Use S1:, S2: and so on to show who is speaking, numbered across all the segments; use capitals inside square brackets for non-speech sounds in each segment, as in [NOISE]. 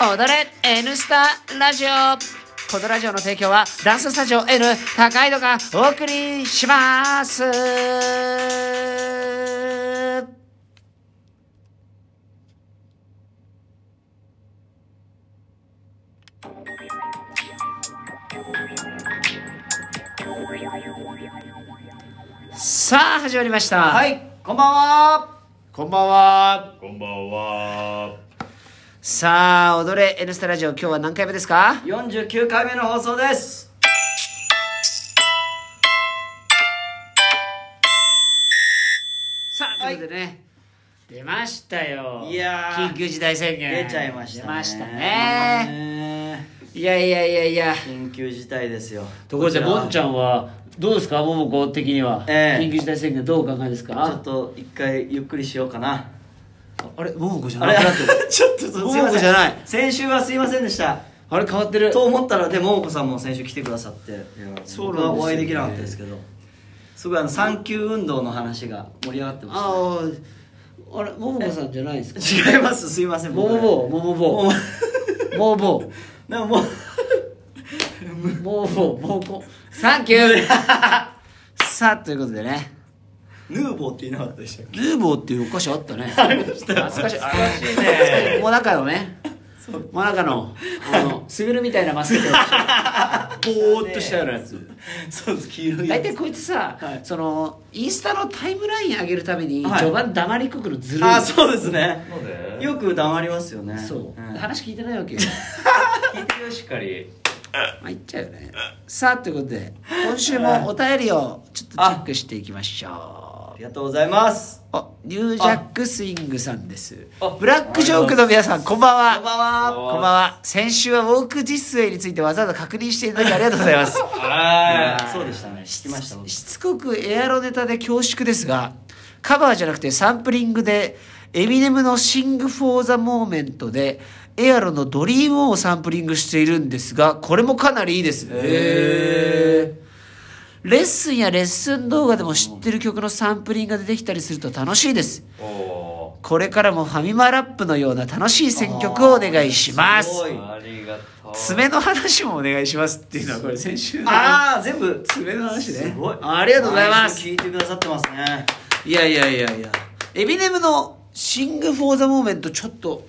S1: 踊れ N スタラジオこのラジオの提供はダンススタジオ N 高井戸がお送りしますさあ始まりました、
S2: はい、こんばんは。
S1: こんばんは
S3: こんばんは。
S1: さあ踊れ N スタラジオ今日は何回目ですか
S2: 49回目の放送です。
S1: さあ、ということでね、出ましたよ。
S2: いやー
S1: 緊急事態宣言。
S2: 出ちゃいましたね。
S1: 出ましたね。いやいやいやいや。
S2: 緊急事態ですよ。
S1: ところで、
S2: こちら
S1: もんちゃんは、どうですか、ももこ的には。
S2: ええ
S1: 緊急事態宣言、どうお考えです
S2: ちょっ
S1: か
S2: と一回ゆっくりしようかな。
S1: あれ、ももこじゃ
S2: あれ [LAUGHS] ちょっとすいま
S1: 桃子
S2: せん。
S1: じゃない
S2: 先週はすいませんでした。
S1: あれ、変わってる。
S2: と思ったらでももこさんも先週来てくださって、
S1: そうなんですよね
S2: 僕はお会いできなかったですけど。すごいあの産休運動の話が盛り上がってまし
S1: ああ、あれ、ももこさんじゃないですか。
S2: た。違います。すいません。
S1: ももぼう、ももぼ
S2: もも
S1: う。ももぼう。
S2: なんかもう [LAUGHS]
S1: ももぼう、ももこ。サンキュ [LAUGHS] ーさあ、ということでね。
S2: ヌーボーって言いなかったでしたっけ
S1: ヌーボーっていうお菓子あったね。ありました。懐かしい。懐かしい
S3: ね
S1: もなかのね。もなかの、あの、滑るみたいなマスクで。ぼーっとしたようなやつ。
S2: そうです黄色いや
S1: 大
S2: つ
S1: 体こいつさ
S2: はい、
S1: その、インスタのタイムライン上げるために、
S2: はい
S1: 序盤黙りこくのずるい。
S2: あそうですね
S3: そうだよ
S2: よく黙りますよね
S1: そう。
S2: ん
S1: 話聞いてないわけよ。
S3: 聞いてよしっかり。
S1: まあ、いっちゃうよね。さあ、ということで、今週もお便りをちょっとチェックしていきましょ
S2: あ
S1: う。
S2: りがとうございます
S1: あ、ニュージャックスイングさんです
S2: あ。
S1: ブラックジョークの皆さん、こんばんは。
S2: こんばんは
S1: こんばんは。先週はウォーク実践についてわざわざ確認していただきありがとうござい
S2: [LAUGHS]
S1: ます。
S3: はい
S2: やそうでしたね聞きました僕
S1: しつこくエアロネタで恐縮ですが、カバーじゃなくてサンプリングで、エミネムのシング・フォー・ザ・モーメントで、エアロのドリームをサンプリングしているんですが、これもかなりいいですね。レッスンやレッスン動画でも知ってる曲のサンプリングが出てきたりすると楽しいです。
S3: おお
S1: これからもファミマラップのような楽しい選曲をお願いします。
S2: すごい
S3: ー。ありがとう。
S1: 爪の話もお願いしますっていうのはこれ先週の
S2: ああ全部
S1: 爪の話ね
S2: すごい
S1: ありがとうございます
S2: 毎週聞いてくださってますね
S1: いやいやいやいやエミネムの「シング・フォー・ザ・モーメント」ちょっと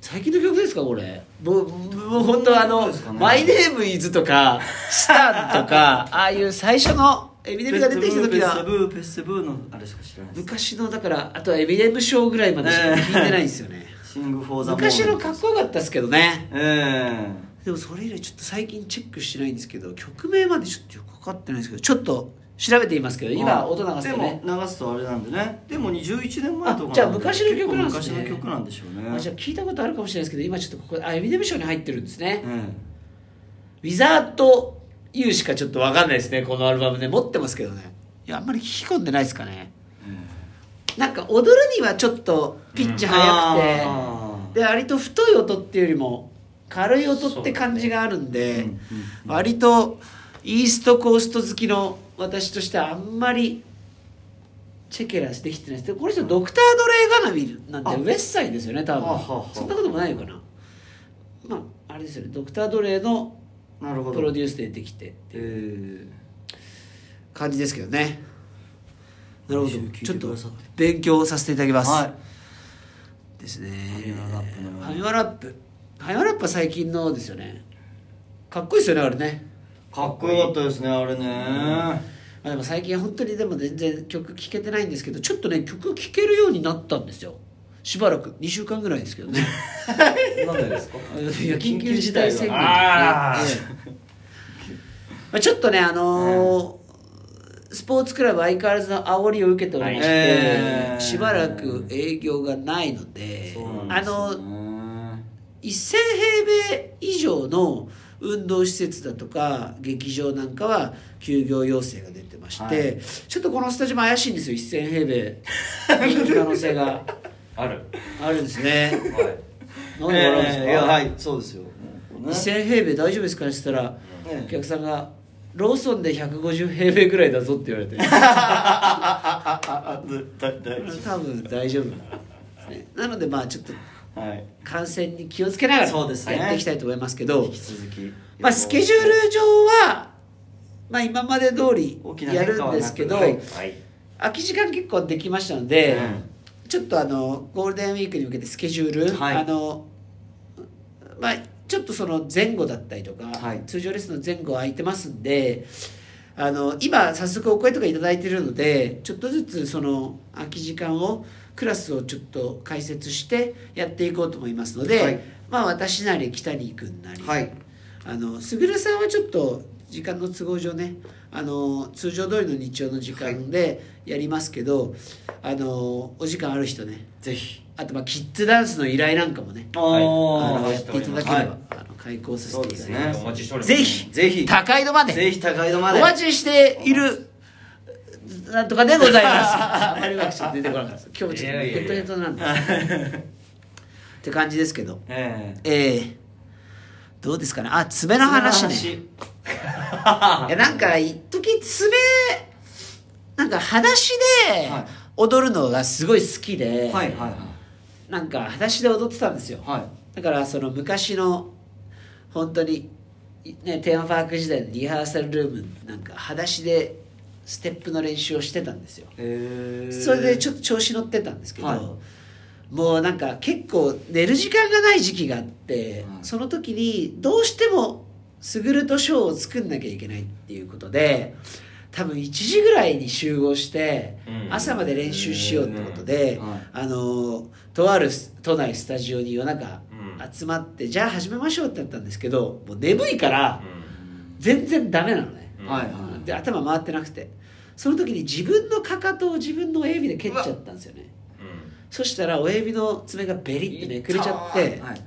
S1: 最近の曲ですかこれもうもう本当あの
S2: そうです
S1: 「
S2: かね
S1: マイ・ネーム・イズ」とか「スタン」と
S2: [LAUGHS]
S1: かああいう最初のエミネムが出てきた時
S2: ペス
S1: は
S2: ブーペスブーのあれしか知らないです
S1: 昔のだからあとはエミネムショーぐらいまでしか聞いてないんですよね
S2: シングフォーザモーメン
S1: 昔のかっこよかったですけどね
S2: え
S1: でもそれ以来ちょっと最近チェックしてないんですけど曲名までちょっとよく分かってないんですけどちょっと調べていますけ
S2: え
S1: ど今音流すとね
S2: でも流すとあれなんでねでも21年前とかなんで
S1: あじゃあ昔の曲なんですね
S2: 結構昔の曲なんでしょうね
S1: あじゃあ聞いたことあるかもしれないですけど今ちょっとここあエミネム賞に入ってるんですね、
S2: うん
S1: ウィザーと U しかちょっと分かんないですねこのアルバムで持ってますけどねいやあんまり聞き込んでないですかねなんか踊るにはちょっとピッチ速くて、
S2: あー
S1: で割と太い音っていうよりも軽い音って感じがあるんで、割とイーストコースト好きの私としてはあんまりチェケラスできてないですでこの人ドクター・ドレー・ガナビルなんてウェッサインですよね多
S2: はあはあは
S1: 分
S2: あ
S1: そんなこともないのかなまああれですよねドクター・ドレーの
S2: なるほど
S1: プロデュースで出てきてっていう
S2: え
S1: 感じですけどねなるほどちょっと
S2: 聞いてくださって
S1: 勉強させていただき
S2: ー
S1: ます、
S2: はい
S1: ですね
S2: ハ
S1: ハミワラップハミワラップは最近のですよねかっこいいですよねあれね
S2: かっこよかったですねあれね、
S1: まあでも最近本当にでも全然曲聴けてないんですけどちょっとね曲聴けるようになったんですよしばらく2週間 [LAUGHS] ぐらいですけどね
S2: なんで [LAUGHS] ですか
S1: いや緊急事態宣言ね
S3: あー
S1: ええまあちょっとねあのースポーツクラブ相変わらずの煽りを受けておりまして、
S2: ええ
S1: しばらく営業がないのであの1000平米以上の運動施設だとか劇場なんかは休業要請が出てまして、
S2: はい
S1: ちょっとこのスタジオも怪しいんですよ1000平米に行く可能性が
S3: ある。
S1: あるんですね
S3: はい。
S1: 何で笑うんですか、
S2: えー、いやはいそうですよ、
S1: 1000平米大丈夫ですかねって言ったら、
S2: うん
S1: お客さんが「ローソンで150平米ぐらいだぞ」って言われて
S2: [LAUGHS] あああだだ大丈夫
S1: 多分大丈夫なんですねなのでまあちょっと
S2: はい
S1: 感染に気をつけながら
S2: そうですね
S1: やっていきたいと思いますけど
S2: 引き続き
S1: まあ、スケジュール上は、まあ、今まで通り
S2: 大きな
S1: や
S2: 変
S1: る
S2: 化
S1: ん
S2: はなく
S1: ですけど、
S2: はい
S3: はい
S1: 空き時間結構できましたので、
S2: うん
S1: ちょっとあのゴールデンウィークに向けてスケジュール、
S2: はい
S1: あのまあ、ちょっとその前後だったりとか、
S2: はい
S1: 通常レッスンの前後空いてますんであの今早速お声とか頂いただいてるのでちょっとずつその空き時間をクラスをちょっと解説してやっていこうと思いますので、
S2: はい
S1: まあ、私なり北に君なり、
S2: はい
S1: あの卓さんはちょっと時間の都合上ねあの通常通りの日曜の時間でやりますけど、あのお時間ある人ね
S2: ぜひ
S1: あとまあキッズダンスの依頼なんかもね
S2: あ
S1: あ
S2: ー
S1: の
S3: はい
S1: やっていただければ、あの開講させていただき
S2: そうで
S1: ます
S2: ね
S3: お待ちしております
S1: ぜひ
S2: ぜひ
S1: 高井戸まで
S2: ぜひ高井戸ま
S1: お
S2: で
S1: 待ちしているなんとかでございますあんまりうまくちょっと出てこなかったです今日ちょっとヘトヘトなんですって感じですけど
S2: [LAUGHS] え
S1: ええどうですかねあ爪
S2: え
S1: の話ねいやなんか一時爪なんか裸足で
S2: はい
S1: 踊るのがすごい好きで、
S2: はいはいはい
S1: なんか裸足で踊ってたんですよ
S2: はい
S1: だからその昔の本当にねテーマパーク時代のリハーサルルームなんか裸足でステップの練習をしてたんですよ
S2: え
S1: それでち
S2: ょっ
S1: ょっと調子乗ってたんですけど、
S2: はい
S1: もうなんか結構寝る時間がない時期があって、
S2: はい
S1: その時にどうしてもスグルとショーを作んなきゃいけないっていうことで多分1時ぐらいに集合して
S3: うん
S1: 朝まで練習しようってことで、
S2: うんはい
S1: あのとあるス都内スタジオに夜中
S3: うん
S1: 集まって、じゃあ始めましょうってなったんですけどもう眠いから
S3: う
S1: 全然ダメなのね。
S3: ん
S2: はいはい
S1: で頭回ってなくてその時に自分のかかとを自分の親指で蹴っちゃったんですよね
S3: うん
S1: そしたら親指の爪がベリってめくれちゃって
S2: はい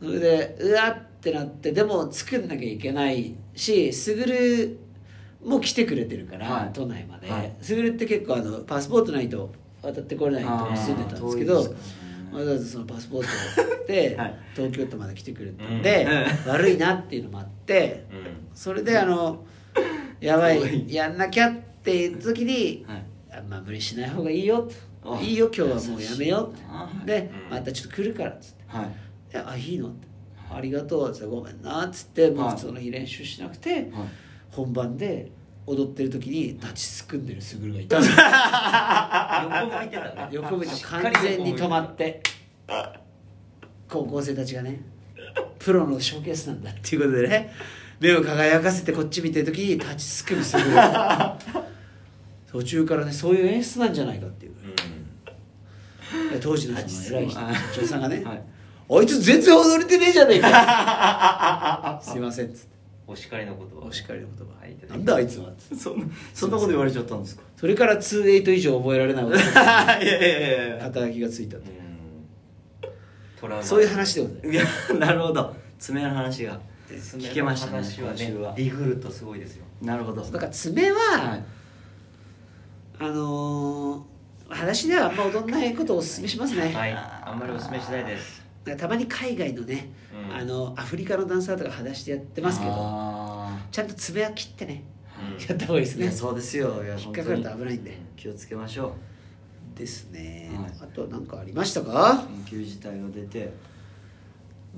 S1: それでうわってなってでも作んなきゃいけないしスグルも来てくれてるから、
S2: はい
S1: 都内まで、
S2: はい
S1: スグルって結構あのパスポートないと渡ってこれないと住んでたんですけ
S2: あ
S1: ど
S2: ー遠いですね
S1: わざわざそのパスポートを取って、
S2: [LAUGHS] はい
S1: 東京都まで来てくれたんで、悪いなっていうのもあって
S3: うん
S1: それであのやば
S2: すご
S1: い
S2: い
S1: やんなきゃっていう時に、
S2: はい
S1: あんま無理しない方がいいよと
S2: あ
S1: いいよ今日はもうやめよ
S2: 優し
S1: う
S2: い
S1: で
S3: うん
S1: またちょっと来るからっつっ
S2: はい
S1: て「であいいの?」って「ありがとう」っつって「ごめんな」っつってもう
S2: はい
S1: 普通の日練習しなくて
S2: はい
S1: 本番で踊ってる時に立ちすくんでるスグルがいたんです
S3: 横向いてた
S1: [LAUGHS]
S3: ね
S1: 横向いて
S3: しっ
S1: 完
S3: かり横向いて
S1: 全に止まって高校生たちがねプロのショーケースなんだっていうことで [LAUGHS] ね目を輝かせてこっち見てる時に立ちすくむス [LAUGHS] グルが途中からねそういう演出なんじゃないかっていうで当時のその偉い人
S2: はい
S1: 女優さんがね、
S2: はい
S1: あいつ全然踊れてねえじゃねえ [LAUGHS] かすいませんっつって
S3: うんお叱りの言葉
S1: お叱りの言
S3: はいいただき
S1: 葉な
S3: ます
S1: んだあいつはっつって
S2: そんなそんなこと言われちゃったんですか
S1: それから28以上覚えられ [LAUGHS] ない
S2: いやいやいやい
S1: 肩書きがついたと
S3: うんトラウマ
S1: そういう話でございます
S2: やいやなるほど爪の話が
S3: 爪の
S2: 聞けましたね
S3: 話は
S2: 今週は
S3: ねリグルとすごいですよ
S2: なるほど
S1: だから爪は、
S2: はい
S1: あのー、話ではあんま踊んないことをお勧めしますね、
S3: はいあんまりおすすめしないです
S1: なんかたまに海外のね、
S3: うん
S1: あのアフリカのダンサーとか裸足でやってますけど
S2: あ
S1: ちゃんと爪は切ってね
S3: うん
S1: やった方がいいです
S2: ーいや
S1: ね
S2: そうですよいや
S1: 引っかかると
S2: 本
S1: 危ないんで
S2: 当に気をつけましょ
S1: ですね、
S2: はい
S1: あと何かありましたか
S2: う緊急事態が出て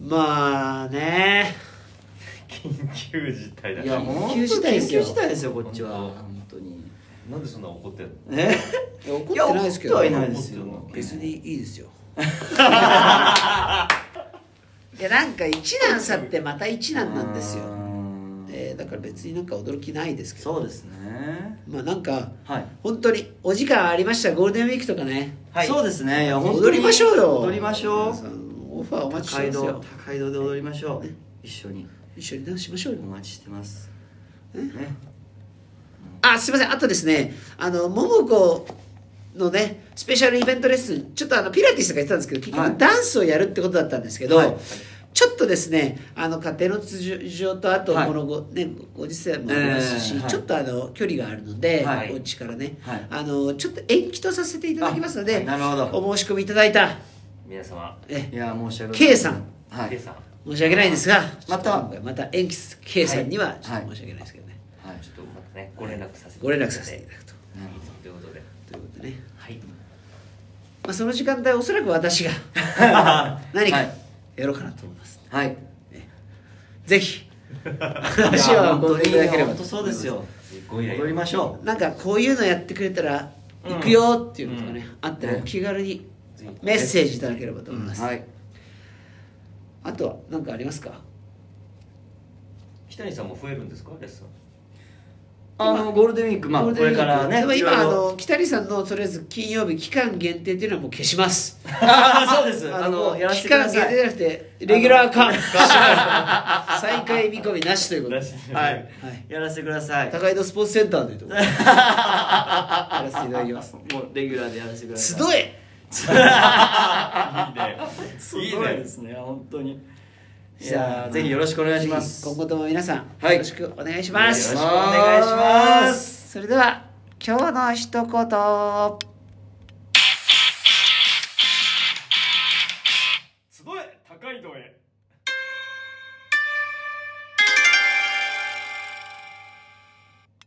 S1: まあね
S3: 緊急事態だ
S1: いや
S3: ね
S1: 緊急事態ですよ
S2: 緊急事態ですよこっちは
S3: 本当
S2: 本当に
S3: なんでそんな怒ってんの
S2: え
S1: いや怒ってないですけど
S2: いや怒ってはいないですよ
S1: 別にいいです
S2: [LAUGHS]
S1: よいやなんか一難去ってまた一難なんです
S2: うー
S1: よ、
S2: ん
S1: えーだから別になんか驚きないですけど
S2: そうですね
S1: まあなんか
S2: はい
S1: 本当にお時間ありましたらゴールデンウィークとかね
S3: はい
S2: そうですねいや本当に
S1: 踊りましょうよ
S2: 踊りましょ
S1: 皆さ
S2: うん
S1: オファーお待ちして
S2: 高井
S1: ます
S2: 戸
S1: よ
S2: 高井戸で踊りましょう一緒に
S1: 一緒にダンスしましょうよ
S2: お待ちしてます
S1: え
S2: ね
S1: あすいませんあとですねあの桃子のねスペシャルイベントレッスンちょっとあのピラティスとか言ってたんですけど結
S2: は
S1: 局
S2: い
S1: ダンスをやるってことだったんですけど、
S2: はい
S1: ちょっとですねあの家庭の事情とあとこ
S2: はい
S1: のご,、ね、ご時世もありますし、
S2: えーはい
S1: ちょっとあの距離があるので、
S2: はい
S1: お家からね、
S2: はい
S1: あのちょっと延期とさせていただきますので、
S2: あなるほど
S1: お申し込みいただいた
S3: 皆様
S1: え
S2: いや申し訳ない
S1: K さん
S2: は
S3: K
S2: い
S3: さん
S1: 申し訳ないんですが
S2: また
S1: ちょっと今回また延期する K さんには
S2: はい
S1: ちょっと申し訳ないですけどね、
S2: はい
S3: ちょっとまたねご連絡させて
S1: ご連絡させていただくと
S2: なるほど
S3: ということで
S1: ということでね
S3: はい
S1: まあ、その時間帯おそらく
S2: [LAUGHS]
S1: 私が何かやろうかなと思います、
S2: はい
S1: ぜひ
S2: [LAUGHS] い
S1: 話
S2: や
S1: を運んでいただければ
S2: 本当そうですよ
S3: ご依頼
S2: 踊りましょ
S1: なんかこういうのやってくれたら
S3: うん
S1: 行くよっていうのとかね、
S3: うん
S1: あったら
S2: ね
S1: お気軽に
S3: ぜひ
S1: メッセージいただければと思います、
S2: うはい
S1: あとは何かありますか
S3: 北谷さんも増えるんですかレッスン
S2: あのゴールデンウィークまあ
S1: ゴ
S2: こ
S1: ールデンウィ
S2: れ
S1: ーク
S2: からね
S1: でも今
S2: い
S1: あ
S2: ろいろ
S1: の北谷さんのとりあえず金曜日期間限定っていうのはもう消します
S2: あ [LAUGHS] ーそうです
S1: あ
S2: あ
S1: の
S2: のやらせ
S1: 期
S2: てくだ
S1: 間限
S2: さ
S1: 定じゃ
S2: い
S1: なくてレギュラー
S2: [LAUGHS]
S1: 間再開見込みなしということで、
S2: は
S3: はい
S2: いやらせてください
S1: 高井戸スポーツセンターでと
S2: [LAUGHS]
S1: かやらせていただきます
S2: もうレギュラーでやらせてくだ
S1: 集
S2: さい
S1: え
S2: す
S3: い
S2: ご
S3: い
S2: い
S3: ねいいね
S2: ですね本当にい
S1: じゃ
S2: や
S1: あ
S2: ーぜひよろしくお願いします
S1: 今後とも皆さん、
S2: はい
S1: よろしくお願いします
S3: よろしくお願いします
S1: それでは今日の一言
S3: すごい高い度へ